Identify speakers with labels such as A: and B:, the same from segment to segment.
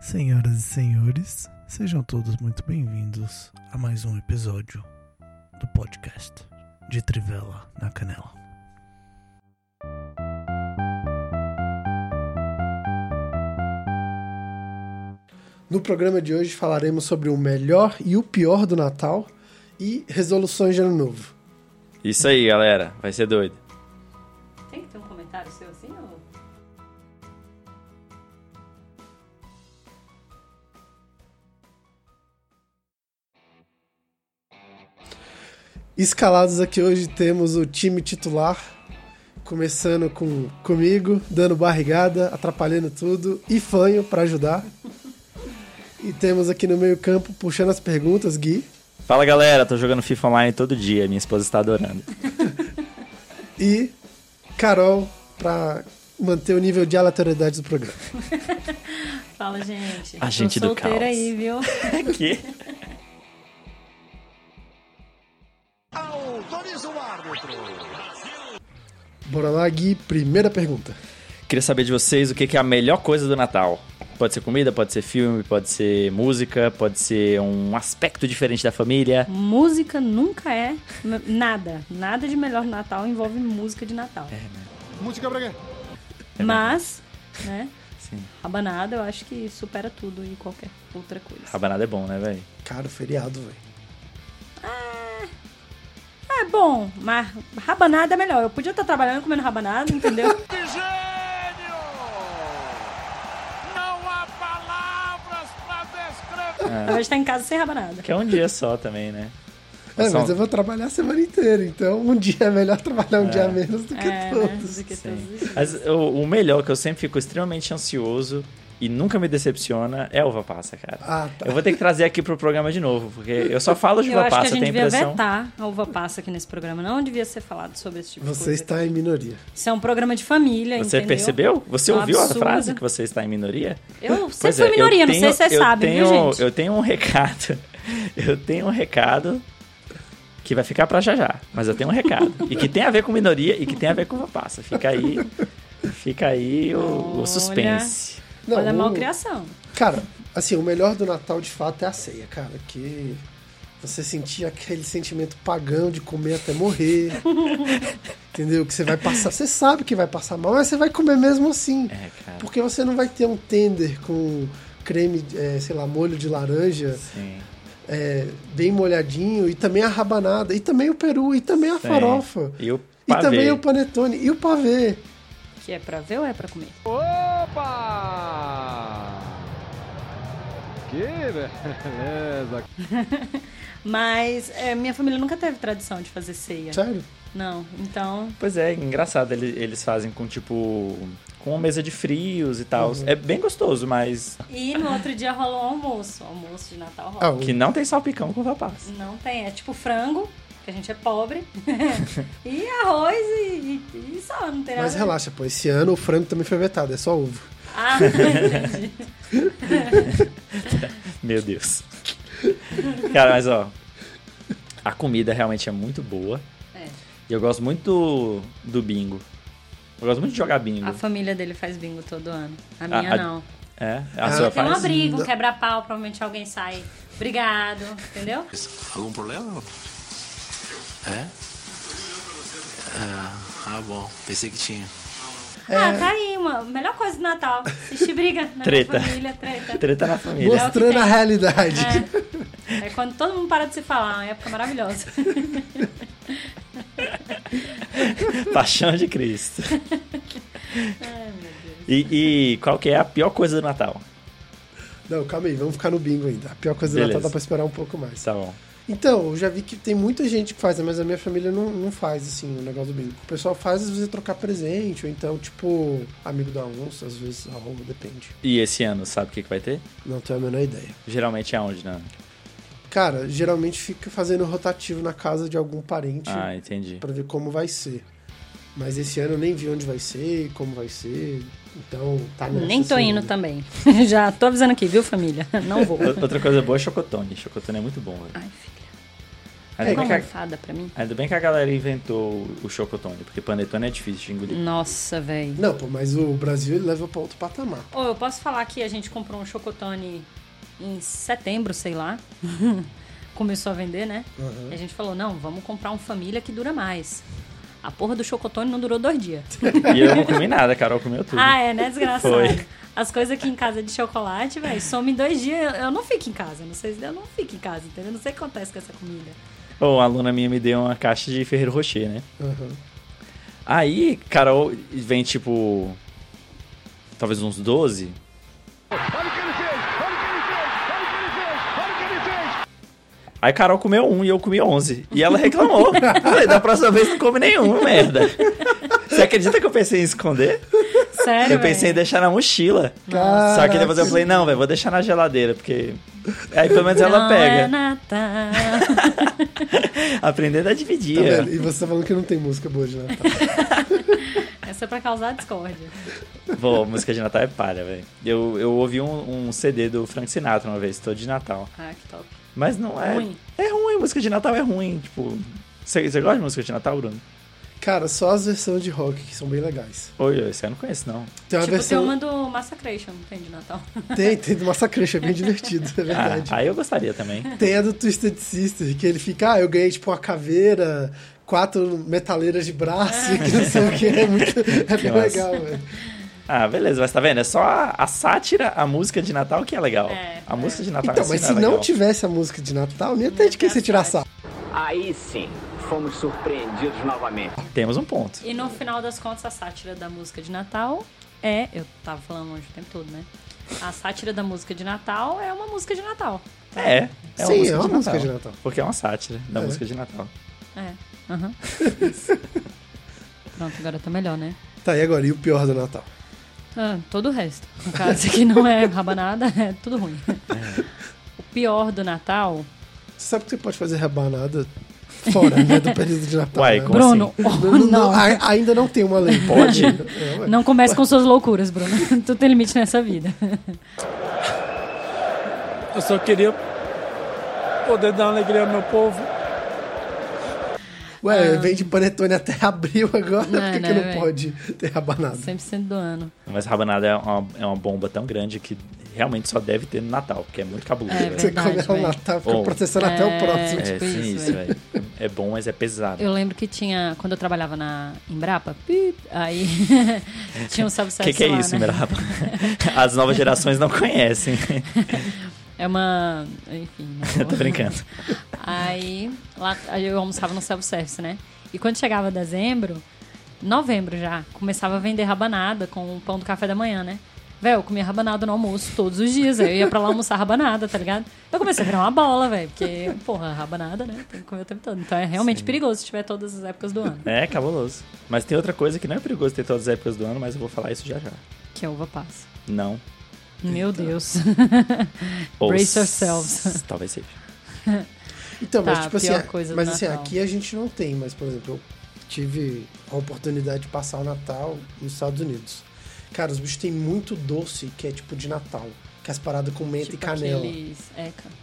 A: Senhoras e senhores, sejam todos muito bem-vindos a mais um episódio do podcast de Trivela na Canela.
B: No programa de hoje falaremos sobre o melhor e o pior do Natal e resoluções de Ano Novo.
C: Isso aí, galera. Vai ser doido.
D: Tem que ter um comentário seu assim ou.
B: Escalados aqui hoje temos o time titular, começando com comigo, dando barrigada, atrapalhando tudo e fanho para ajudar. E temos aqui no meio campo, puxando as perguntas, Gui.
C: Fala, galera. Tô jogando FIFA Online todo dia. Minha esposa está adorando.
B: e Carol para manter o nível de aleatoriedade do programa.
D: Fala, gente.
C: A gente
D: Tô
C: do
D: solteira
C: caos.
D: aí, viu?
C: Aqui.
B: Bora lá, Gui, primeira pergunta.
C: Queria saber de vocês o que que é a melhor coisa do Natal. Pode ser comida, pode ser filme, pode ser música, pode ser um aspecto diferente da família.
D: música nunca é m- nada. Nada de melhor Natal envolve música de Natal.
C: É, né?
B: Música pra quê?
D: Mas, né?
C: Sim.
D: Rabanada eu acho que supera tudo e qualquer outra coisa.
C: Rabanada é bom, né, velho?
B: Cara, feriado, velho.
D: É bom, mas rabanada é melhor. Eu podia estar trabalhando comendo rabanada, entendeu?
E: Não há palavras para descrever.
D: Eu vou estar tá em casa sem rabanada.
C: É. Que é um dia só também, né?
B: É,
C: Só- um-
B: mas eu vou trabalhar a semana inteira, então um dia é melhor trabalhar um dia a menos do que
D: É, né?
B: todos.
D: Do que
C: Sim.
D: todos os
C: Mas o, o melhor, que eu sempre fico extremamente ansioso e nunca me decepciona, é uva passa, cara.
B: Ah, tá.
C: Eu vou ter que trazer aqui pro programa de novo, porque eu só falo de
D: Eu
C: uva
D: acho que a
C: passa, eu
D: gente
C: tenho a
D: devia
C: impressão.
D: vetar a uva passa aqui nesse programa. Não devia ser falado sobre esse tipo de
B: Você
D: coisa.
B: está em minoria.
D: Isso é um programa de família,
C: Você
D: entendeu?
C: percebeu? Você
D: É um
C: ouviu
D: absurdo.
C: a frase que você está em minoria?
D: Eu sempre
C: Pois
D: fui
C: é,
D: minoria,
C: eu
D: não sei
C: tenho-
D: se vocês
C: eu
D: sabem,
C: tenho,
D: viu, gente?
C: Eu tenho um recado. Eu tenho um recado que vai ficar pra já já, mas eu tenho um recado. e que tem a ver com minoria e que tem a ver com uva passa. Fica aí, fica aí o, o suspense.
B: Não,
D: Olha é a
B: o-
D: malcriação.
B: Cara, assim, o melhor do Natal de fato é a ceia, cara. Que você sentir aquele sentimento pagão de comer até morrer. entendeu? Que você vai passar. Você sabe que vai passar mal, mas você vai comer mesmo assim.
C: É, cara.
B: Porque você não vai ter um tender com creme, é, sei lá, molho de laranja,
C: Sim.
B: é, bem molhadinho, e também a rabanada, e também o peru, e também a
C: Sim.
B: farofa.
C: É. E o
B: E
C: pavê.
B: também o panetone e o pavê.
D: Que é pra ver ou é pra comer?
E: Opa! Que beleza!
D: Mas é, minha família nunca teve tradição de fazer ceia.
B: Sério?
D: Não, então...
C: Pois é, engraçado. ele- Eles, fazem com, tipo, com uma mesa de frios e tal.
B: Uhum.
C: É bem gostoso, mas
D: E no outro dia rolou um almoço. Almoço de Natal rola.
B: Ah, o-
C: que não tem salpicão com uva passa.
D: Não tem, é tipo frango, que a gente é pobre. e arroz e, e- e só, não tem nada.
B: Mas relaxa, pô, esse ano o frango também foi vetado, é só ovo.
D: Ah, entendi.
C: Meu Deus. Cara, mas ó. A comida realmente é muito boa.
D: É.
C: E eu gosto muito do, do bingo. Eu gosto muito de jogar bingo.
D: A família dele faz bingo todo ano. A minha
C: a-
D: não.
C: É? A
B: Ah,
C: sua
D: Tem um
C: faz?
D: abrigo, um quebra-pau, provavelmente alguém sai. Obrigado, entendeu?
F: Algum problema? É? Ah, ah, bom. Pensei que tinha.
D: Ah, tá aí uma melhor coisa do Natal. Assistir briga na
C: Treta.
D: família, treta.
C: Treta na família.
D: Gosto.
B: Mostrando a realidade.
D: É. é quando todo mundo para de se falar, é uma época maravilhosa.
C: Paixão de Cristo. E, e qual que é a pior coisa do Natal?
B: Não, calma aí, vamos ficar no bingo ainda. A pior coisa do
C: Beleza.
B: Natal dá pra esperar um pouco mais.
C: Tá bom.
B: Então, eu já vi que tem muita gente que faz, mas a minha família não, não faz, assim, o negócio do bingo. O pessoal faz, às vezes, é trocar presente, ou então, tipo, amigo da onça, às vezes, arroba, depende.
C: E esse ano, sabe o que, que vai ter?
B: Não tenho a menor ideia.
C: Geralmente é onde, né?
B: Cara, geralmente fica fazendo rotativo na casa de algum parente
C: Ah, entendi.
B: pra ver como vai ser. Mas esse ano eu nem vi onde vai ser, como vai ser, então tá nessa,
D: Nem tô
B: assim,
D: indo
B: né?
D: também. Já tô avisando aqui, viu, família? Não vou.
C: Outra coisa boa é chocotone. Chocotone é muito bom, velho.
D: Ai, filha.
C: Ainda,
D: Uma
C: bem que
D: almofada pra mim.
C: a, ainda bem que a galera inventou o chocotone, porque panetone é difícil de engolir.
D: Nossa, velho.
B: Não, pô, mas o Brasil ele leva pra outro patamar.
D: Ô, eu posso falar que a gente comprou um chocotone em setembro, sei lá. Começou a vender, né?
C: Uhum.
D: E a gente falou, não, vamos comprar um família que dura mais. A porra do chocotone não durou dois dias.
C: E eu não comi nada, a Carol comeu tudo.
D: Uhum. Ah, é, né? Desgraçado.
C: Foi.
D: As coisas aqui em casa de chocolate, velho, some em dois dias. Eu não fico em casa, não sei se eu não fico em casa, entendeu? Não sei o que acontece com essa comida.
C: Ou uma aluna minha me deu uma caixa de Ferreiro Rocher, né?
B: Aham.
C: Aí, Carol, vem tipo. Talvez uns 12.
E: Olha o que ele fez! Olha o que ele fez! Olha o que ele fez! Olha o que ele fez!
C: Aí Carol comeu um e eu comi 11. E ela reclamou. Falei, da próxima vez não come nenhum, merda. Você acredita que eu pensei em esconder?
D: Sério,
B: É.
C: Eu pensei em
D: véi?
C: deixar na mochila.
B: Caraca.
C: Só que depois eu falei, não, velho, vou deixar na geladeira, porque. Aí pelo menos ela
D: Não É
C: pega.
D: Natal.
C: Aprendendo
B: Tá
C: a é dividir.
B: vendo? E você tá falando que não tem música boa de Natal.
D: Essa é pra causar discórdia.
C: Pô, música de Natal é palha, velho. Eu, eu ouvi um, um CD do Frank Sinatra uma vez, todo de Natal.
D: Ah, que top.
C: Mas não é.
D: Ruim.
C: É ruim, música de Natal é ruim. Tipo. Você você gosta de música de Natal, Bruno?
B: Cara, só as versões de rock que são bem legais.
C: Oi, oi, você não conhece, não.
B: Tem uma
D: tipo,
B: versão.
D: tem uma do Massacration, não tem de Natal.
B: Tem, tem do Massacration, é bem divertido, é
C: Ah,
B: verdade.
C: aí eu gostaria também.
B: Tem a do Twisted Sister, que ele fica, ah, eu ganhei tipo uma caveira, quatro metaleiras de braço, que não sei o que, é muito. É bem
C: Nossa.
B: legal, velho.
C: Ah, beleza, mas tá vendo? É só a, a sátira, a música de Natal que é legal.
D: É,
C: a música de Natal
B: Então,
C: em si
B: mas
C: não
B: se
C: é
B: não
C: legal.
B: tivesse a música de Natal, nem até de quem você tirar sarro.
G: Aí sim, fomos surpreendidos novamente.
C: Temos um ponto.
D: E no final das contas, a sátira da música de Natal é. Eu tava falando longe o tempo todo, né? A sátira da música de Natal é uma música de Natal.
C: É, é uma
B: Sim,
C: música,
B: é uma
C: de,
B: música
C: Natal,
B: de Natal.
C: Porque é uma sátira da
B: É.
C: música de Natal.
D: É. Aham. Pronto, agora tá melhor, né?
B: Tá, e agora? E o pior do Natal?
D: Ah, todo o resto. No caso, aqui não é rabanada, é tudo ruim.
C: É.
D: O pior do Natal.
B: Você sabe que você pode fazer rabanada fora, né, do período de Natal.
C: Uai,
B: né?
C: como- assim?
D: Bruno,
B: Não,
D: oh,
B: não, não,
D: não.
B: a- ainda não tem uma lei.
C: Pode?
B: É, ué.
D: Não comece com suas loucuras, Bruno. Tu tem limite nessa vida.
H: Eu só queria poder dar uma alegria ao meu povo.
B: Ué, vem de panetone até abril agora,
D: Não,
B: por que, que
D: não,
B: não
D: ué.
B: pode ter rabanada?
D: 100% do ano.
C: Mas rabanada é uma, é uma bomba tão grande que realmente só deve ter no Natal, porque é muito cabuloso.
D: É
C: velho.
B: Você
D: Verdade,
B: come
D: véi.
B: ao Natal, fica
C: Ou-
B: processando até o próximo.
C: É,
D: tipo
C: sim,
D: isso,
C: isso, velho. É bom, mas é pesado.
D: Eu lembro que tinha, quando eu trabalhava na Embrapa, pip, aí tinha um
C: O
D: self-service
C: que, que é
D: lá,
C: isso,
D: né?
C: Mirapa? As novas gerações não conhecem.
D: É uma... Enfim. não
C: Eu tô
D: vou-
C: brincando.
D: Aí, lá, aí eu almoçava no self-service, né? E quando chegava dezembro, novembro já, começava a vender rabanada com o pão do café da manhã, né? Velho, eu comia rabanada no almoço todos os dias. aí Eu ia pra lá almoçar rabanada, tá ligado? Eu comecei a virar uma bola, velho. Porque, porra, rabanada, né? Tem que comer o tempo todo. Então é realmente perigoso se tiver todas as épocas do ano.
C: É, cabuloso. Mas tem outra coisa que não é perigoso ter todas as épocas do ano, mas eu vou falar isso já já.
D: Que é uva passa.
C: Não.
D: Meu Deus.
C: Ou s-
D: Brace yourselves.
C: Talvez seja.
B: Então, mas
D: Tá,
B: tipo
D: pior
B: assim,
D: coisa do
B: mas assim,
D: Natal.
B: aqui a gente não tem, mas por exemplo, eu tive a oportunidade de passar o Natal nos Estados Unidos. Cara, os bichos têm muito doce que é tipo de Natal, que é as paradas com menta e
D: Tipo
B: canela.
D: aqueles- É, cara.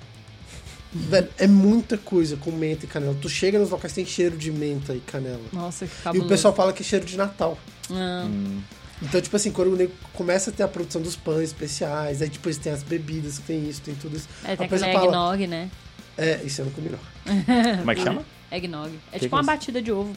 B: Velho, é muita coisa com menta e canela. Tu chega nos locais tem cheiro de menta e canela.
D: Nossa, que
B: E
D: cabuloso.
B: o pessoal fala que é cheiro de Natal.
D: Ah,
B: Então, tipo assim, quando o nego começa a ter a produção dos pães especiais, aí depois tem as bebidas que tem isso, tem tudo isso.
D: é, tem
B: a pessoa
D: aquele
B: fala,
D: eggnog, né?
B: É, isso eu não comi não.
C: Como é que chama?
D: Eggnog. É
C: que
D: tipo
C: é
D: uma
C: isso?
D: batida de ovo.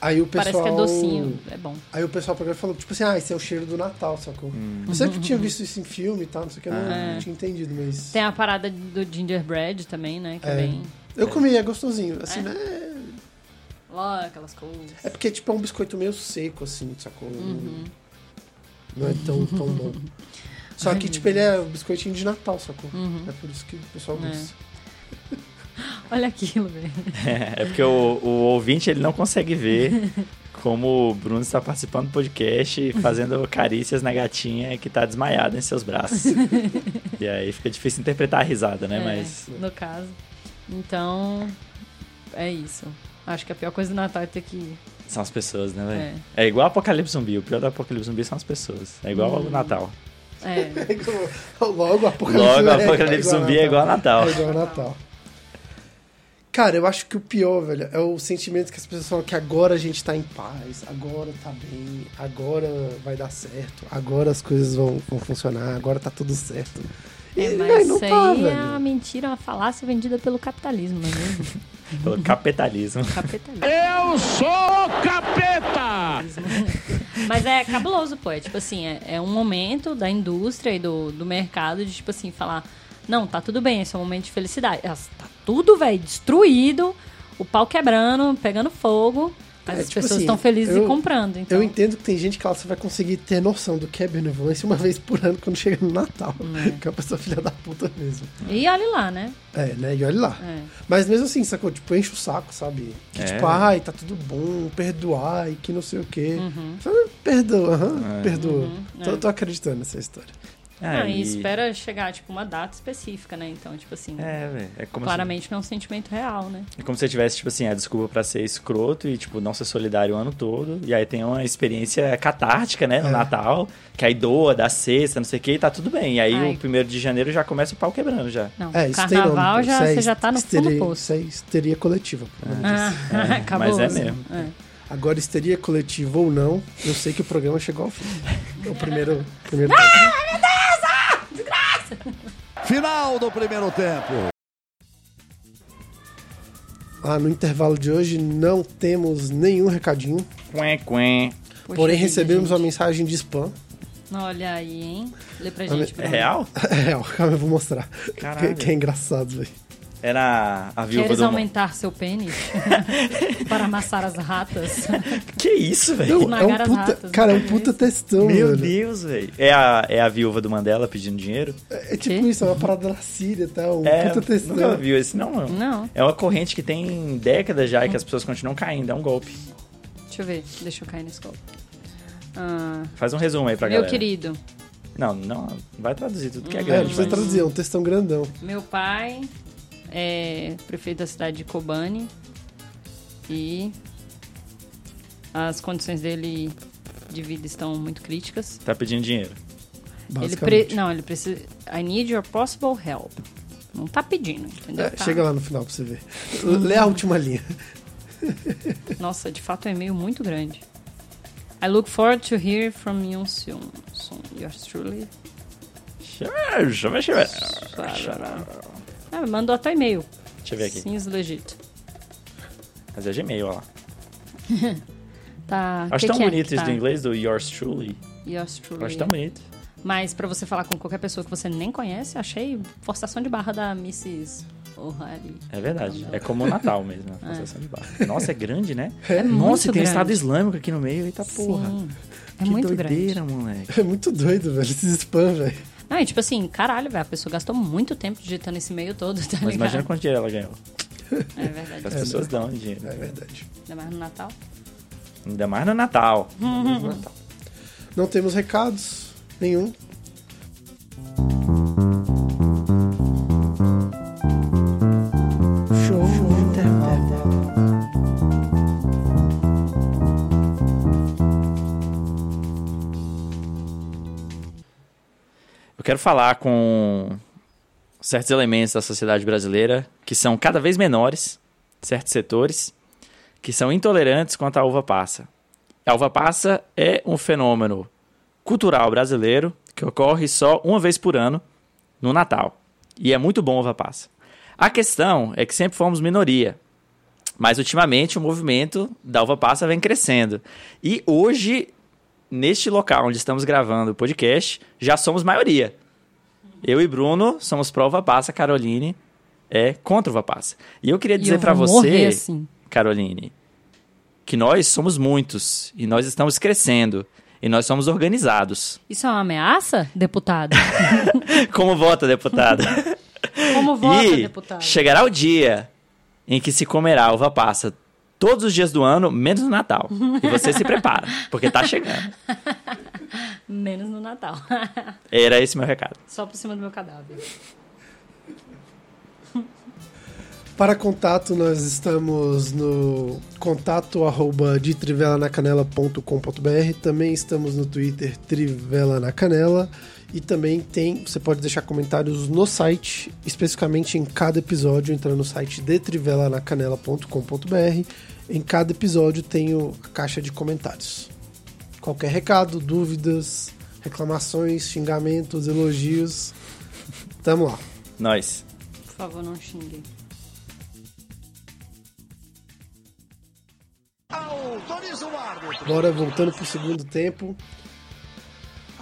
B: Aí o
D: Parece
B: pessoal.
D: que é docinho. É bom.
B: Aí o pessoal pegou e falou, tipo assim, ah, esse é o cheiro do Natal, sacou? Eu sempre tinha visto isso em filme e tal, não sei o que, eu não, não tinha entendido, mas.
D: Tem a parada do gingerbread também, né? Que é,
B: É.
D: bem.
B: Eu comi, é gostosinho. Assim, né?
D: Lá, aquelas coisas.
B: É porque, tipo, é um biscoito meio seco, assim, sacou?
D: Uhum.
B: Não é tão, tão bom. Só que, tipo, ele é um biscoitinho de Natal, sacou? É por isso que o pessoal
D: Uhum. É.
B: gosta.
D: Olha aquilo, velho.
C: É, é porque o, o ouvinte ele não consegue ver como o Bruno está participando do podcast e fazendo carícias na gatinha que tá desmaiada em seus braços. e aí fica difícil interpretar a risada, né?
D: É,
C: Mas
D: No caso. Então. É isso. Acho que a pior coisa do Natal é ter que.
C: são as pessoas, né, velho? É. igual Apocalipse Zumbi. O pior do Apocalipse Zumbi são as pessoas. É igual ao Natal.
D: É.
B: Logo, o apocalipse,
C: Logo,
B: é
C: Apocalipse Zumbi é igual a Natal.
B: É igual a Natal. Cara, eu acho que o pior, velho, é o sentimento que as pessoas falam que agora a gente tá em paz, agora tá bem, agora vai dar certo, agora as coisas vão, vão funcionar, agora tá tudo certo. E,
D: É,
B: véi,
D: mas
B: não
D: isso aí
B: tá,
D: é uma
B: velho.
D: mentira, uma falácia vendida pelo capitalismo, não é mesmo?
C: Pelo capitalismo.
D: Capitalismo.
E: Eu sou o capeta!
D: Mas é cabuloso, pô. É tipo assim, é, é um momento da indústria e do, do mercado de, tipo assim, falar: não, tá tudo bem, esse é um momento de felicidade. Elas- Tá tudo, velho, destruído, o pau quebrando, pegando fogo. Mas
B: É,
D: as
B: tipo
D: pessoas
B: assim,
D: estão felizes
B: eu-
D: e comprando. Então,
B: Eu entendo que tem gente que ela só vai conseguir ter noção do que é benevolência uma vez por ano quando chega no Natal.
D: Hum.
B: Que é uma pessoa filha da puta mesmo.
D: E olha lá, né?
B: É, né? E olha lá.
D: É.
B: Mas mesmo assim, sacou? Tipo, enche o saco, sabe? Que
C: É.
B: tipo, ai, tá tudo bom, perdoar e que não sei o quê.
D: Uhum.
B: Sabe? Perdoa,
I: É.
B: aham, perdoa. tô,
D: é.
B: tô acreditando nessa história.
D: Ah,
C: Aí-
D: e espera chegar, tipo, uma data específica, né? Então, tipo assim,
C: É, velho. É como
D: claramente não é um sentimento real, né?
C: se, é como se eu tivesse, tipo assim, a desculpa pra ser escroto e, tipo, não ser solidário o ano todo. E aí tem uma experiência catártica, né, no Natal. Que aí doa, dá cesta, não sei o quê, e tá tudo bem. E aí
D: Ai.
C: o primeiro de janeiro já começa o pau quebrando já.
D: Não,
B: É, isso tem nome.
D: carnaval
B: pô.
D: já,
B: Isso é
D: você já tá no fundo do
B: histeria-
D: poço.
B: Isso é histeria coletiva. pô.
I: É.
D: Ah, acabou.
C: mas é mesmo.
B: Agora, histeria coletiva ou não, eu sei que o programa chegou ao fim. É O primeiro... primeiro...
D: Ah,
I: Final do primeiro tempo.
B: Ah, no intervalo de hoje não temos nenhum recadinho.
C: Quen, quen.
D: Poxa
B: porém,
D: vida,
B: recebemos uma
D: gente.
B: mensagem de spam.
D: Olha aí, hein? Lê pra gente,
C: É
D: Bruno.
C: real?
B: É, ó, calma, eu vou mostrar.
C: Caralho.
B: Que, que é engraçado, velho.
C: Era a viúva
D: Queres
C: do...
D: aumentar seu pênis para amassar as ratas?
C: Que isso, velho?
B: Não, é um
D: Esmagar as
B: puta,
D: ratas, né?
B: cara, é um
D: entendeu
B: puta
D: isso?
B: textão,
C: Meu
B: velho.
C: Deus, velho. É a, é a viúva do Mandela pedindo dinheiro?
B: É tipo isso, é uma parada lascívia e tal. Um
C: É,
B: puta textão.
C: nunca viu esse, não, mano.
D: Não.
C: É uma corrente que tem décadas já e que as pessoas continuam caindo. É um golpe.
D: Deixa eu ver, deixa eu cair nesse golpe. Ah,
C: Faz um resumo aí pra
D: meu
C: galera.
D: querido,
C: Não, não, vai traduzir tudo que é
B: É, não
C: grande.
B: precisa
C: mas-
B: traduzir, é um textão grandão.
D: meu pai é prefeito da cidade de Kobani e as condições dele de vida estão muito críticas.
C: Tá pedindo dinheiro.
D: Ele
B: Basicamente.
D: pre... Não, ele precisa. I need your possible help. Não tá pedindo, entendeu?
B: É,
D: Tá.
B: Chega lá no final pra você ver. Lê a última linha.
D: Nossa, de fato é um e-mail muito grande. I look forward to hear from you soon. soon. Yours truly.
C: Deixa eu ver, deixa eu ver.
D: Ah, mandou até e-mail.
C: Deixa eu ver aqui.
D: Sims legit.
C: Mas é Gmail, ó lá.
D: Tá.
C: Acho
D: que
C: tão
D: que é
C: bonito
D: que
C: isso
D: tá?
C: do inglês, do yours truly.
D: Yours
C: Eu
D: truly.
C: acho tão bonito.
D: Mas pra você falar com qualquer pessoa que você nem conhece, achei forçação de barra da Mrs. O'Reilly.
C: É verdade. É como o Natal mesmo, a sensação de barra. Nossa, é grande, né?
B: É
C: Nossa,
D: muito
C: tem um
D: grande.
C: Estado Islâmico aqui no meio. Eita porra.
D: Sim. É
C: que
D: muito grande.
C: doideira, moleque.
B: É muito doido, velho, esses spam, velho.
D: Não, e tipo assim, caralho, velho, a pessoa gastou muito tempo digitando esse e-mail todo, tá
C: Mas imagina
D: ligado?
C: quanto dinheiro ela ganhou.
D: É verdade.
C: As pessoas dão dinheiro.
B: É verdade.
D: Ainda mais no Natal.
C: Ainda mais no Natal.
B: Não temos recados nenhum. Show, show, intervalo.
C: Eu quero falar com certos elementos da sociedade brasileira que são cada vez menores, certos setores, que são intolerantes quanto à uva passa. A uva passa é um fenômeno cultural brasileiro que ocorre só uma vez por ano, no Natal. E é muito bom a uva passa. A questão é que sempre fomos minoria. Mas ultimamente o movimento da uva passa vem crescendo. E hoje neste local onde estamos gravando o podcast, já somos maioria. Eu e Bruno somos pró uva passa, Caroline é contra uva passa. E eu queria
D: E
C: dizer
D: eu
C: pra
D: vou
C: você,
D: morrer assim.
C: Caroline, que nós somos muitos e nós estamos crescendo e nós somos organizados.
D: Isso é uma ameaça, deputado?
C: Como vota, deputado?
D: Como vota,
C: e
D: deputado?
C: chegará o dia em que se comerá uva passa todos os dias do ano, menos no Natal. E você se prepara, porque tá chegando.
D: Menos no Natal.
C: Era esse meu recado.
D: Só por cima do meu cadáver.
B: Para contato, nós estamos no contato arroba de trivellanacanela.com.br. Também estamos no Twitter Trivela na Canela. E também tem, você pode deixar comentários no site, especificamente em cada episódio, entrando no site de trivellanacanela.com.br. Em cada episódio tem o- a caixa de comentários. Qualquer recado, dúvidas, reclamações, xingamentos, elogios. Tamo lá.
C: Nós.
D: Por favor, não xingue.
B: Agora, voltando para o segundo tempo.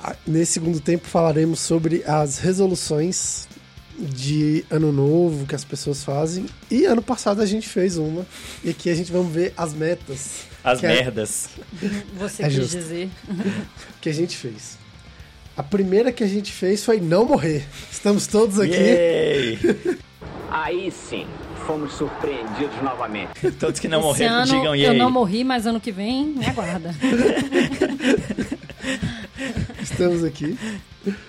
B: Ah, Nesse segundo tempo, falaremos sobre as resoluções de ano novo que as pessoas fazem. E ano passado a gente fez uma. E aqui a gente vamos ver as metas
C: As
B: Que é-
C: merdas.
D: Você
B: É
D: quis
B: justo.
D: dizer.
B: que a gente fez. A primeira que a gente fez foi não morrer. Estamos todos aqui.
C: Yay!
G: Aí sim, fomos surpreendidos novamente.
C: Todos que não
D: Esse
C: morreram,
D: ano
C: digam
D: eu
C: yay.
D: não morri, mas ano que vem me aguarda.
B: Estamos aqui.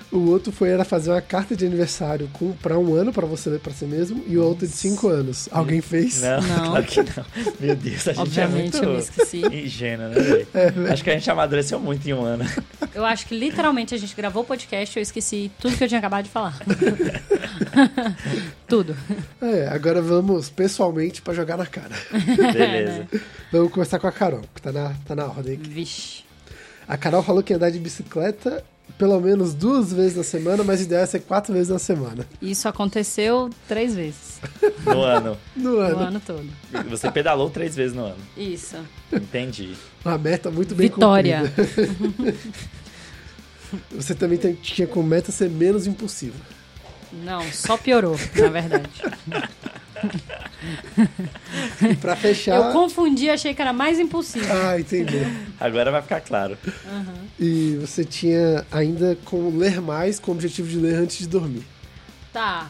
B: O outro foi era fazer uma carta de aniversário com para um ano para você ler para si mesmo e o outro de cinco anos. Alguém fez?
C: Não,
D: Não.
C: claro que não. Meu Deus, a gente
D: Obviamente,
C: é
D: eu me
C: muito
D: esqueci.
C: ingênuo, né, velho? Acho que a gente amadureceu muito em um ano.
D: Eu acho que literalmente a gente gravou o podcast e eu esqueci tudo que eu tinha acabado de falar. tudo.
B: É, agora vamos pessoalmente para jogar na cara.
C: Beleza.
B: Vamos começar com a Carol, que tá na, tá na ordem aqui.
D: Vixe.
B: A Carol falou que ia andar de bicicleta pelo menos duas vezes na semana, mas o ideal é ser quatro vezes na semana.
D: Isso aconteceu três vezes
C: No ano.
B: No
D: no
B: ano.
D: ano todo.
C: Você pedalou três vezes no ano.
D: Isso.
C: Entendi.
B: Uma meta muito bem
D: Vitória.
B: cumprida. Você também tem- tinha como meta ser menos impulsiva.
D: Não, só piorou, na verdade.
B: E pra fechar.
D: Eu confundi, achei que era mais impossível.
B: Ah, entendi.
C: Agora vai ficar claro.
B: E você tinha ainda como ler mais com o objetivo de ler antes de dormir.
D: Tá,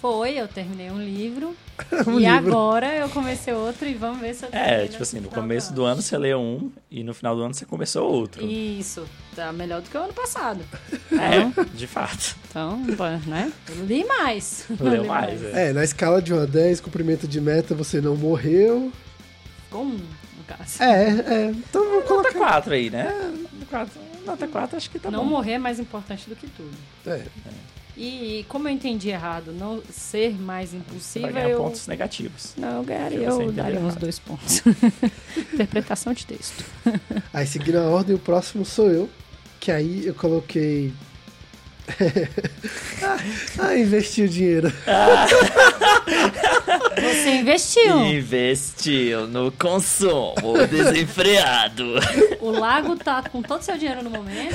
D: foi, eu terminei um livro.
B: Um
D: e
B: livro.
D: agora eu comecei outro e vamos ver se eu
C: É,
D: termino
C: tipo assim, no
D: final
C: começo do ano você leu um e no final do ano você começou outro.
D: Isso, tá melhor do que o ano passado.
C: É, de fato.
D: Então, né? Eu li mais.
C: Leu
D: Li
C: mais. é.
B: É, na escala de 1 a 10, cumprimento de meta, você não morreu.
D: Com um, no caso.
B: É, é. Então vamos colocar.
C: Nota 4 aí, né? Quatro- Nota 4 acho que tá
D: não
C: bom.
D: morrer é mais importante do que tudo.
B: É,
D: E como eu entendi errado, não ser mais
C: Vai
D: impossível,
C: ganhar
D: eu...
C: pontos negativos.
D: Não, eu ganharia,
C: Você
D: eu
C: entendeu
D: daria uns
C: errado.
D: dois pontos. Interpretação de texto.
B: Aí seguindo a ordem, o próximo sou eu. Que aí eu coloquei. ah, investi o dinheiro.
D: Você investiu.
C: Investiu no consumo desenfreado.
D: O lago tá com todo o seu dinheiro no momento.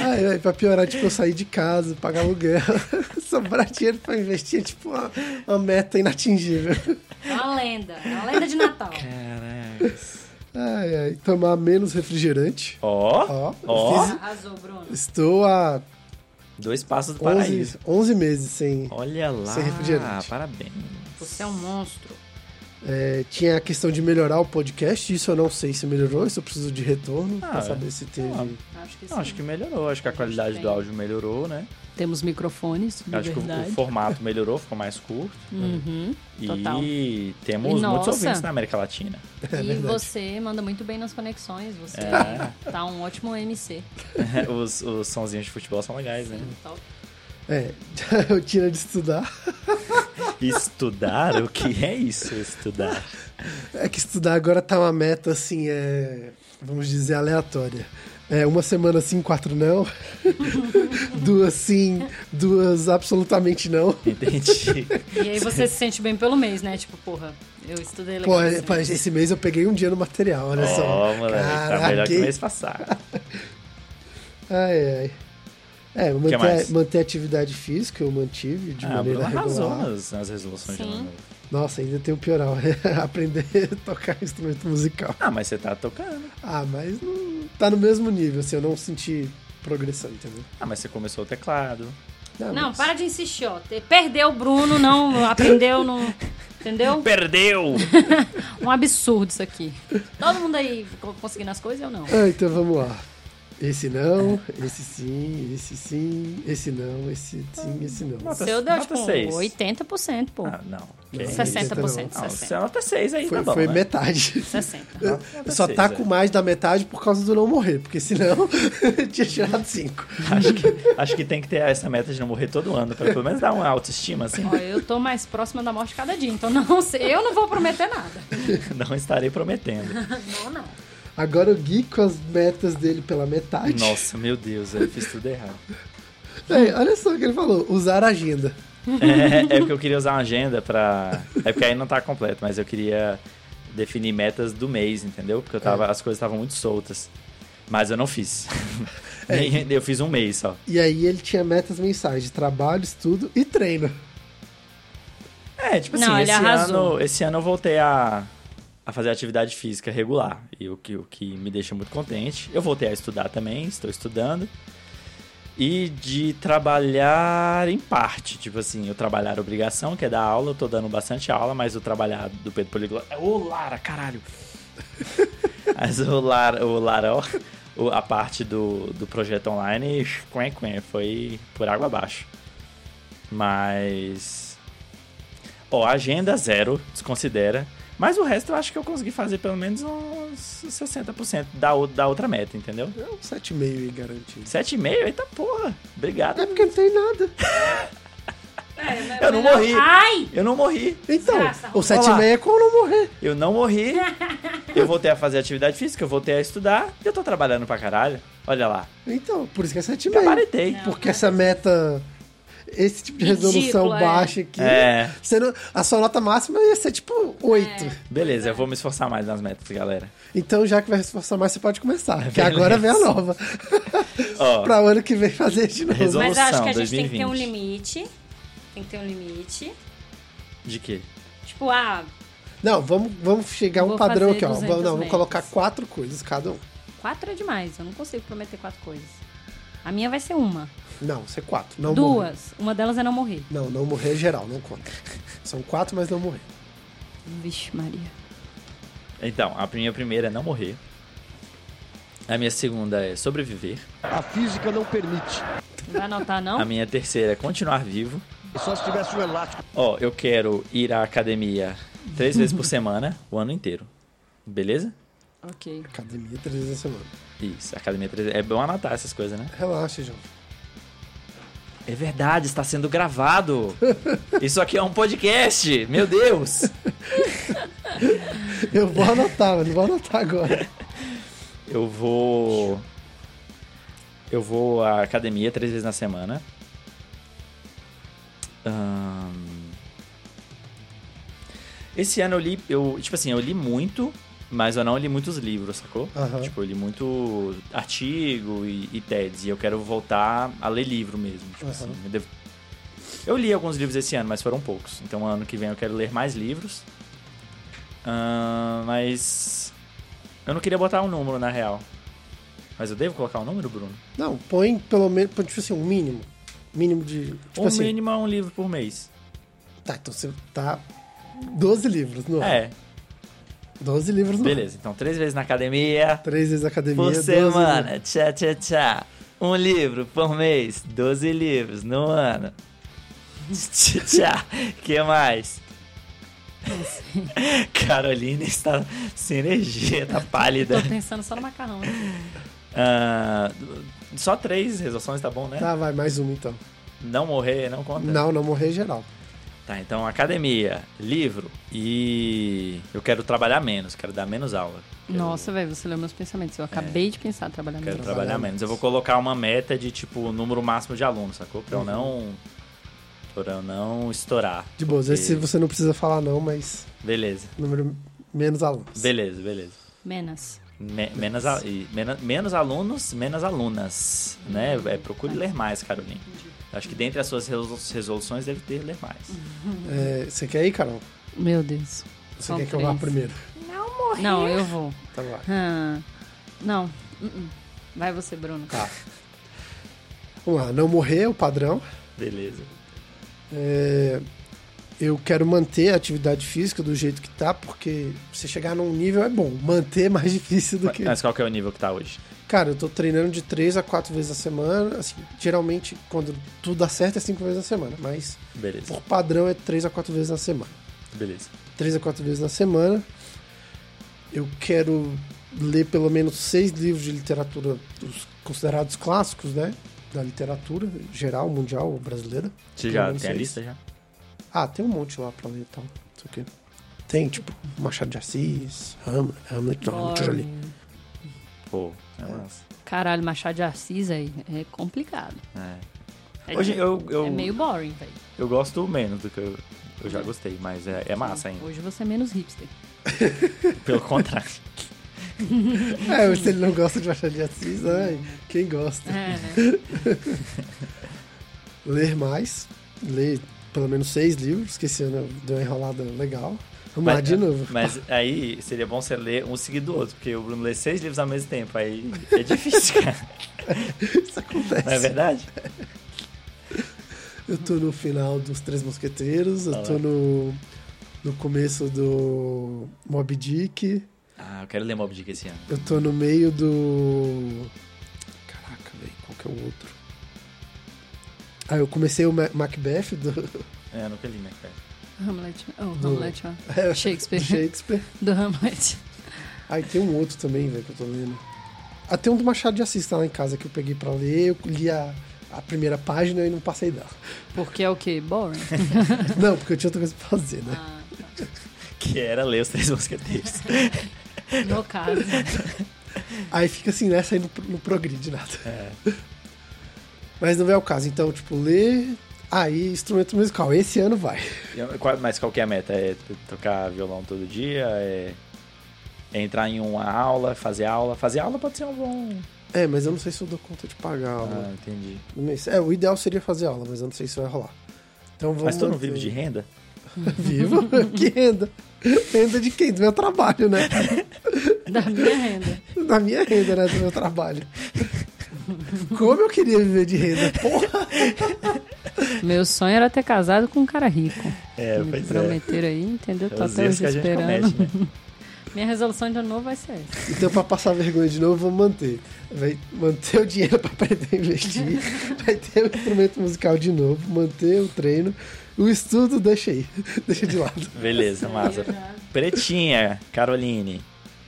B: Ai, ai, pra piorar, tipo, eu sair de casa, pagar aluguel, sobrar dinheiro pra investir, é tipo, uma, uma meta inatingível.
D: A É lenda. A lenda de Natal.
C: Caraca.
B: Ai, ai, tomar menos refrigerante.
C: Ó,
B: Ó,
C: Ó.
B: fiz-
D: Arrasou, Bruno.
B: estou há
C: dois passos do paraíso.
B: 11, 11 meses sem.
C: Olha lá.
B: Sem refrigerante.
C: Parabéns.
D: Você é um monstro.
B: É, tinha a questão de melhorar o podcast, isso eu não sei se melhorou, isso eu preciso de retorno
C: Ah,
B: pra
C: é.
B: saber se teve.
C: Ah,
D: Acho que sim.
C: Não, acho que melhorou. Acho que a qualidade do áudio melhorou, né?
D: Temos microfones, de
C: Acho que o,
D: verdade.
C: o formato melhorou, ficou mais curto.
D: Uhum. Total.
C: E temos
D: E
C: muitos
D: nossa.
C: ouvintes na América Latina.
D: e
B: verdade.
D: você manda muito bem nas conexões. Você
C: É.
D: tá um ótimo MC.
C: os, os sonzinhos de futebol são legais, né?
D: Top.
B: É, eu tira de estudar.
C: Estudar? o que é isso, estudar?
B: É que estudar agora tá uma meta, assim, é, vamos dizer, aleatória. É, uma semana sim, quatro não. duas sim, duas absolutamente não.
C: Entendi.
D: E aí você se sente bem pelo mês, né? Tipo, porra, eu estudei legal.
B: Pô, é,
D: esse
B: pá,
D: mês.
B: esse mês eu peguei um dia no material, olha
C: Ó,
B: só.
C: moleque,
B: Caraca,
C: tá melhor que
B: hein?
C: o mês passado.
B: Ai, ai. É, manter,
C: mais?
B: manter a atividade física eu mantive de
C: Ah, Bruno
B: maneira
C: arrasou
B: regular.
C: nas, nas resoluções de
D: Sim.
C: ano novo.
B: Nossa, ainda tem o pioral, aprender a tocar instrumento musical.
C: Ah, mas você tá tocando.
B: Ah, mas não tá no mesmo nível, assim, eu não senti progressão, entendeu?
C: Ah, mas você começou o teclado.
D: Não,
B: mas-
D: para de insistir, ó. Te- Perdeu o Bruno, não aprendeu, não. Entendeu?
C: Perdeu!
D: Um absurdo isso aqui. Todo mundo aí co- conseguindo as coisas, eu não.
B: Ah, então vamos lá. Esse não, esse sim, esse sim, esse não, esse sim, esse não.
C: Nota-
D: Seu deu,
C: nota
D: tipo,
C: seis.
D: 80%, pô.
C: Ah, não. Que isso.
D: 60%,
C: Não,
D: 60%.
C: você é nota 6 aí,
B: Foi,
C: tá bom,
B: foi
C: né?
B: metade.
D: 60.
B: Eu- Eu só
C: seis,
B: taco
C: é.
B: mais da metade por causa do não morrer, porque senão eu tinha tirado cinco.
C: Acho que, acho que tem que ter essa meta de não morrer todo ano, pra pelo menos dar uma autoestima, assim.
D: Ó, eu tô mais próxima da morte cada dia, então não sei. Eu não vou prometer nada.
C: Não estarei prometendo.
D: Não, não.
B: Agora o Gui com as metas dele pela metade.
C: Nossa, meu Deus, eu fiz tudo errado.
B: É, olha só o que ele falou, usar a agenda.
C: É, é porque eu queria usar uma agenda pra. É porque aí não tá completo, mas eu queria definir metas do mês, entendeu? Porque eu tava, as coisas estavam muito soltas. Mas eu não fiz. Nem- Eu fiz um mês só.
B: E aí ele tinha metas mensais de trabalho, estudo e treino.
C: É, tipo assim,
D: Não, ele
C: esse,
D: arrasou.
C: ano, esse ano eu voltei a, a fazer atividade física regular. E o que, o que me deixa muito contente. Eu voltei a estudar também, estou estudando. E de trabalhar em parte. Tipo assim, eu trabalhar obrigação, que é dar aula, eu tô dando bastante aula, mas o trabalhar do Pedro Poliglota. é, Ô, Lara, caralho! mas o Lara, o Laró, o- a parte do, do projeto online, quen, quen, foi por água abaixo. Mas Ó, agenda zero, desconsidera. Mas o resto eu acho que eu consegui fazer pelo menos uns 60% da, ou- da outra meta, entendeu?
B: É um 7,5 aí garantido.
C: 7,5, eita porra. Obrigado.
B: É porque não tem nada.
D: É, né?
C: Eu não morri.
D: Ai!
C: Eu não morri.
B: Então,
D: Desgraça,
B: o 7,5 é como não morrer.
C: Eu não morri. Eu voltei a fazer atividade física, eu voltei a estudar. E eu tô trabalhando pra caralho. Olha lá.
B: Então, por isso que é 7,5.
C: Gabaritei.
B: Porque essa meta, esse tipo de resolução
D: Ridícula, é.
B: baixa aqui,
C: É.
B: você não- a sua nota máxima ia ser tipo 8.
D: É.
C: Beleza, eu vou me esforçar mais nas metas, galera. Então,
B: Então, já que vai esforçar mais, você pode começar. Que
C: Beleza.
B: agora vem a nova.
C: É Ó.
B: pra o ano que vem fazer de novo.
C: Resol-
D: Mas eu acho que a
C: Solução,
D: gente tem que ter um
C: 2020.
D: limite. Tem que ter um limite.
C: De quê?
D: Tipo, ah,
B: Não, vamos, vamos chegar a um
D: Vou
B: padrão
D: fazer
B: aqui, ó. Vamos,
D: 200
B: não, vamos
D: metros.
B: colocar quatro coisas cada um.
D: quatro é demais. Eu não consigo prometer quatro coisas. A minha vai ser uma.
B: Não, ser quatro. Não morrer.
D: Duas. Uma delas é não morrer.
B: Não, não morrer é geral, não conta. São quatro, mas não morrer.
D: Vixe, Maria.
C: Então, a minha primeira é não morrer. A minha segunda é sobreviver.
I: A física não permite.
D: Não vai anotar,
C: A
D: não?
C: minha terceira é continuar vivo.
I: Só se tivesse um elástico.
C: Ó, eu quero ir à academia três vezes por semana, o ano inteiro. Beleza?
D: ok.
B: Academia, três vezes a semana.
C: Isso, academia três É bom anotar essas coisas, né?
B: Relaxa, João.
C: É verdade, está sendo gravado. Isso aqui é um podcast. Meu Deus.
B: Eu vou anotar, mas não vou anotar agora.
C: Eu vou. Eu vou à academia três vezes na semana. Ahn, Esse ano eu li. Eu, tipo assim, eu li muito, mas eu não li muitos livros, sacou?
B: Aham.
C: Tipo, eu li muito artigo e, e TEDs. E eu quero voltar a ler livro mesmo. Tipo assim, eu, devo- eu li alguns livros esse ano, mas foram poucos. Então ano que vem eu quero ler mais livros. Ahn, mas. Eu não queria botar um número, na real. Mas eu devo colocar um número, Bruno?
B: Não, põe pelo menos, põe, tipo assim, um mínimo. Mínimo de. Tipo
C: o
B: assim.
C: mínimo é um livro por mês.
B: Tá, então você tá. 12 livros, não é?
C: É,
B: 12 livros no ano.
C: beleza. Então, três vezes na academia
B: Três vezes academia.
C: por
B: 12 livros.
C: semana. Tchá, tchá, tchá. Um livro por mês. Doze livros no ano. Tchá, tchá. que mais? Carolina está sem energia, tá pálida.
D: Tô pensando só no macarrão. né?
C: Ah, só três resoluções tá bom, né?
B: Tá, vai, mais uma então.
C: Não morrer, não conta.
B: Não, não morrer geral.
C: Tá, então academia, livro e eu quero trabalhar menos, quero dar menos aula. Quero-
D: Nossa, velho, você leu meus pensamentos. Eu acabei de pensar trabalhando.
C: É. Quero
D: nisso.
C: trabalhar, menos. Eu vou colocar uma meta de tipo o número máximo de alunos, sacou? Pra eu não pra eu não estourar.
B: De boas, esse
C: Porque-
B: você não precisa falar, não, mas.
C: Beleza.
B: Número menos alunos.
C: Beleza, beleza.
D: Menos.
C: Me- menos, a- e mena- menos alunos, menos alunas, né? É, procure ler mais, Carolina. Acho que dentre as suas resolu- resoluções deve ter ler mais.
B: É, você quer ir, Carol?
D: Meu Deus.
B: Você
D: São
B: quer que eu vá
D: três.
B: primeiro?
D: Não, eu vou.
B: Então vai.
D: Ah, não. Uh-uh. Vai você, Bruno.
B: Tá. Vamos lá, não morrer é o padrão.
C: Beleza.
B: É, eu quero manter a atividade física do jeito que tá, porque você chegar num nível é bom. Manter é mais difícil do que.
C: Mas qual que é o nível que tá hoje?
B: Cara, eu tô treinando de três a quatro vezes a semana. Assim, geralmente, quando tudo dá certo, é cinco vezes na semana. Mas,
C: Beleza,
B: por padrão, é três a quatro vezes na semana.
C: beleza.
B: Três a quatro vezes na semana. Eu quero ler pelo menos seis livros de literatura dos considerados clássicos, né? Da literatura geral, mundial, brasileira.
C: Você
B: Pelo
C: já
B: menos
C: tem a
B: seis.
C: lista já?
B: Ah, tem um monte lá pra ler e tal. Não sei o quê. Tem, tipo, Machado de Assis, Hamlet, Hamlet não, Hamlet eu já li.
C: Pô, é massa.
D: Caralho, Machado de Assis aí é complicado. É,
C: Hoje eu, eu,
D: é meio boring, velho.
C: eu gosto menos do que eu, eu já gostei, mas é, é massa ainda.
D: Hoje você é menos hipster.
C: Pelo contrário.
B: É, mas se ele não gosta de Machado de Assis, ai, quem gosta?
D: É, né?
B: Ler mais, ler pelo menos seis livros, que esse ano deu uma enrolada legal. Vamos lá
C: Mas,
B: de novo.
C: mas aí seria bom você ler um seguido do outro, porque o Bruno lê seis livros ao mesmo tempo, aí é difícil, cara.
B: Isso acontece.
C: Não é verdade?
B: Eu tô no final dos Três Mosqueteiros, eu
C: Ah,
B: tô
C: lá.
B: no, no começo do Mob Dick,
C: Ah, eu quero ler Mob Dick esse ano.
B: eu tô no meio do. Caraca, velho, qual que é o outro? Ah, eu comecei o Ma- Macbeth do,
C: É, eu nunca li, né, cara?
D: Hamlet. Oh,
B: Do-
D: Hamlet, ó. Shakespeare.
B: do Shakespeare.
D: Do Hamlet.
B: Ah, e tem um outro também, velho, que eu tô lendo. Até um do Machado de Assis tá lá em casa que eu peguei pra ler, eu li a, a primeira página e não passei dela.
D: Porque é o quê? Boring?
B: Não, porque eu tinha outra coisa pra fazer,
C: Ah.
B: né?
C: Que era ler os Três Mosqueteiros.
D: No caso.
B: Aí fica assim, né? Saindo pro- no progride nada.
C: É.
B: Mas não é o caso. Então, tipo, ler. Aí, instrumento musical. Esse ano vai.
C: E qual- Mas qual que é a meta? É t- tocar violão todo dia? É... é entrar em uma aula, fazer aula? Fazer aula pode ser um bom...
B: É, mas eu não sei se eu dou conta de pagar a aula
C: Ah, entendi.
B: no mês. É, o ideal seria fazer aula, mas eu não sei se vai rolar. Então vamos.
C: Mas tu não
B: manter-
C: vive de renda?
B: Vivo? que renda? Renda de quem? Do meu trabalho, né?
D: Da minha renda.
B: Da minha renda, né? Do meu trabalho. Como eu queria viver de renda, porra!
D: Meu sonho era ter casado com um cara rico.
C: É,
D: Me
C: pois é.
D: prometeram aí, entendeu?
C: É
D: Tô
C: os
D: até
C: erros
D: hoje
C: que a gente
D: Tá esperando.
C: comete, né?
D: Minha resolução de ano novo vai ser essa.
B: Então, pra passar vergonha de novo, vamos manter. Vai manter o dinheiro pra aprender a investir, vai ter o instrumento musical de novo, manter o treino. O estudo, deixa aí. Deixa de lado.
C: Beleza, massa. Pretinha, Caroline.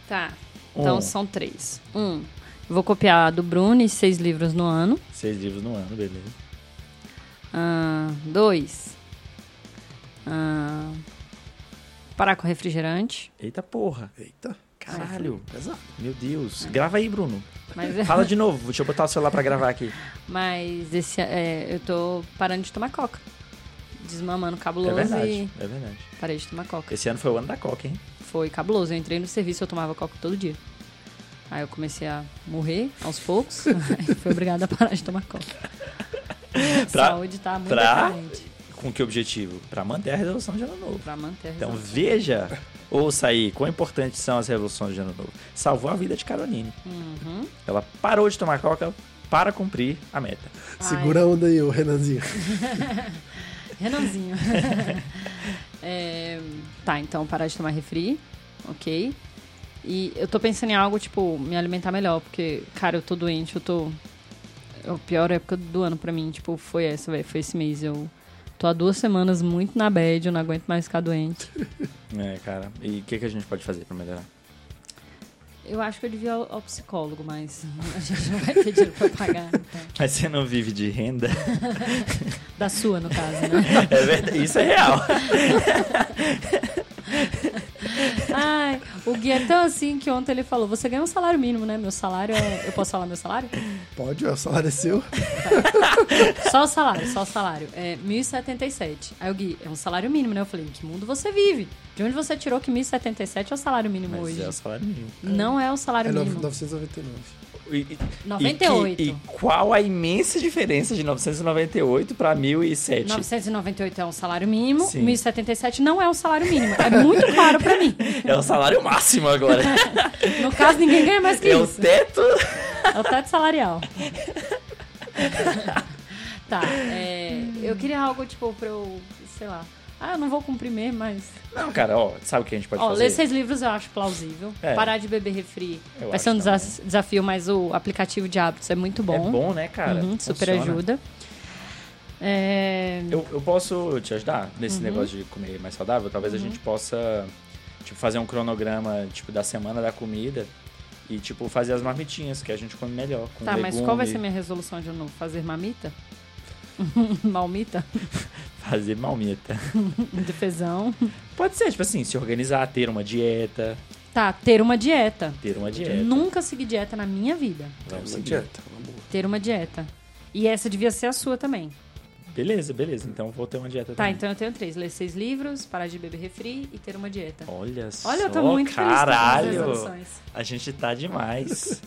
D: Tá. Então
C: Um.
D: são três. Um, vou copiar a do Bruni, seis livros no ano.
C: Seis livros no ano, beleza.
D: Ah, dois, ah, parar com refrigerante.
C: Eita porra.
B: Eita.
C: Caralho.
B: Pesado.
C: Meu Deus. Grava aí, Bruno.
D: Mas,
C: Fala de novo. Deixa eu botar o celular pra gravar aqui.
D: mas esse, é, eu tô parando de tomar coca. Desmamando
C: É
D: cabuloso
C: verdade,
D: e
C: é verdade.
D: parei de tomar coca.
C: Esse ano foi o ano da Coca, hein?
D: Foi cabuloso. Eu entrei no serviço, eu tomava coca todo dia. Aí eu comecei a morrer aos poucos. aí fui obrigada a parar de tomar coca. A
C: Pra-
D: saúde tá muito
C: pra-
D: diferente.
C: Com que objetivo? Pra manter a resolução de ano novo.
D: Pra manter a
C: Então
D: resolução.
C: veja, ouça aí, quão importantes são as revoluções de ano novo. Salvou a vida de Caroline. Ela parou de tomar Coca para cumprir a meta.
B: Segura a onda aí, ô Renanzinho.
D: Renanzinho. É, tá, então parar de tomar refri, ok. E eu tô pensando em algo, tipo, me alimentar melhor, porque, cara, eu tô doente, eu tô. é A pior época do ano pra mim, tipo, foi essa, velho, foi esse mês. Eu tô há duas semanas muito na bad, eu não aguento mais ficar doente.
C: É, cara. E o que, que a gente pode fazer pra melhorar?
D: Eu acho que eu devia ao, ao psicólogo, mas a gente não vai ter dinheiro pra pagar. então.
C: Mas você não vive de renda?
D: Da sua, no caso, né?
C: É verdade, isso é real.
D: Ai, o Gui é tão assim que ontem ele falou: você ganha um salário mínimo, né? Meu salário é. Eu posso falar meu salário?
B: Pode, ó, o salário é seu.
D: Só o salário, só o salário. É 1.077. Aí o Gui, é um salário mínimo, né? Eu falei, em que mundo você vive? De onde você tirou que 1.077 é o salário mínimo
C: Mas
D: hoje?
C: é o salário mínimo.
D: Não é o
B: É
D: salário
B: nove-
D: mínimo.
B: 999.
C: E- e- E,
D: 98.
C: que- e qual a imensa diferença de 998 pra 1007?
D: 998 é um salário mínimo,
C: Sim.
D: 1.077 não é um salário mínimo. É muito claro pra mim.
C: É o salário máximo agora.
D: No caso, ninguém ganha mais que
C: é o
D: isso.
C: teto.
D: É o teto salarial. tá, é, eu queria algo, tipo, pra eu, sei lá, Ah, eu não vou cumprir mesmo, mas.
C: Não, cara, ó, sabe o que a gente pode
D: Ó,
C: fazer?
D: ler seis livros eu acho plausível.
C: É.
D: Parar de beber refri
C: Eu
D: vai
C: acho
D: ser um desa- desafio, mas o aplicativo de hábitos é muito bom.
C: É bom, né, cara?
D: Uhum, super
C: Funciona.
D: ajuda. É,
C: Eu, eu posso te ajudar nesse
D: Uhum.
C: negócio de comer mais saudável? Talvez a gente possa, tipo, fazer um cronograma, tipo, da semana da comida e, tipo, fazer as marmitinhas, que a gente come melhor. Com
D: Tá, mas
C: legume,
D: qual vai ser minha resolução de ano novo? Fazer mamita? Malmita?
C: Fazer malmita.
D: Defesão.
C: Pode ser, tipo assim, se organizar, ter uma dieta,
D: Tá, ter uma dieta.
C: ter uma dieta.
D: Nunca segui dieta na minha vida.
C: Vamos
F: Uma
C: seguir.
F: dieta, uma boa.
D: Ter uma dieta. E essa devia ser a sua também.
C: Beleza, beleza. Então vou ter uma dieta
D: Tá,
C: também.
D: então eu tenho três. Ler seis livros, parar de beber refri e ter uma dieta.
C: Olha,
D: Olha,
C: só,
D: eu tô muito feliz com as minhas
C: caralho.
D: resoluções.
C: a gente tá demais.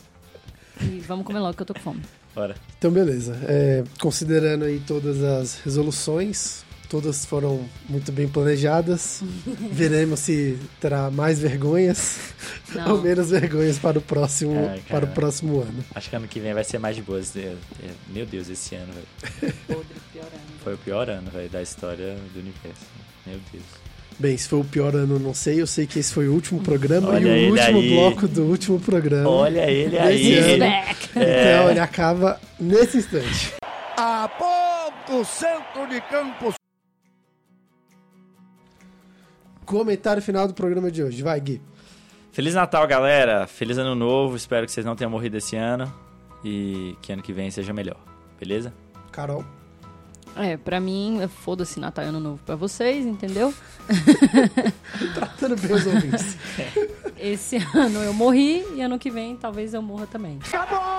D: E vamos comer logo que eu tô com fome.
C: Bora.
B: Então, beleza. É, considerando aí todas as resoluções, todas foram muito bem planejadas. Veremos se terá mais vergonhas
D: Não.
B: ou menos vergonhas para o próximo,
C: Ai, cara.
B: para o próximo ano.
C: Acho que ano que vem vai ser mais de boas. É, é, meu Deus, esse ano, velho.
D: Podre, piorando.
C: Foi o pior ano, velho, da história do universo. Meu Deus.
B: Bem, se foi o pior ano, eu não sei. Eu sei que esse foi o último programa
C: Olha
B: e
C: ele
B: o último
C: aí.
B: bloco do último programa.
C: Olha ele
B: Esse
C: aí.
D: He's
B: ano.
D: back!
B: Então, ele acaba nesse instante.
I: Aponta o centro de campo.
B: Comentário final do programa de hoje. Vai, Gui.
C: Feliz Natal, galera. Feliz ano novo. Espero que vocês não tenham morrido esse ano. E que ano que vem seja melhor. Beleza?
B: Carol.
D: É, pra mim, é foda-se Natal e Ano Novo pra vocês, entendeu?
B: Tratando bem os ouvintes.
D: Esse ano eu morri e ano que vem talvez eu morra também.
I: Acabou!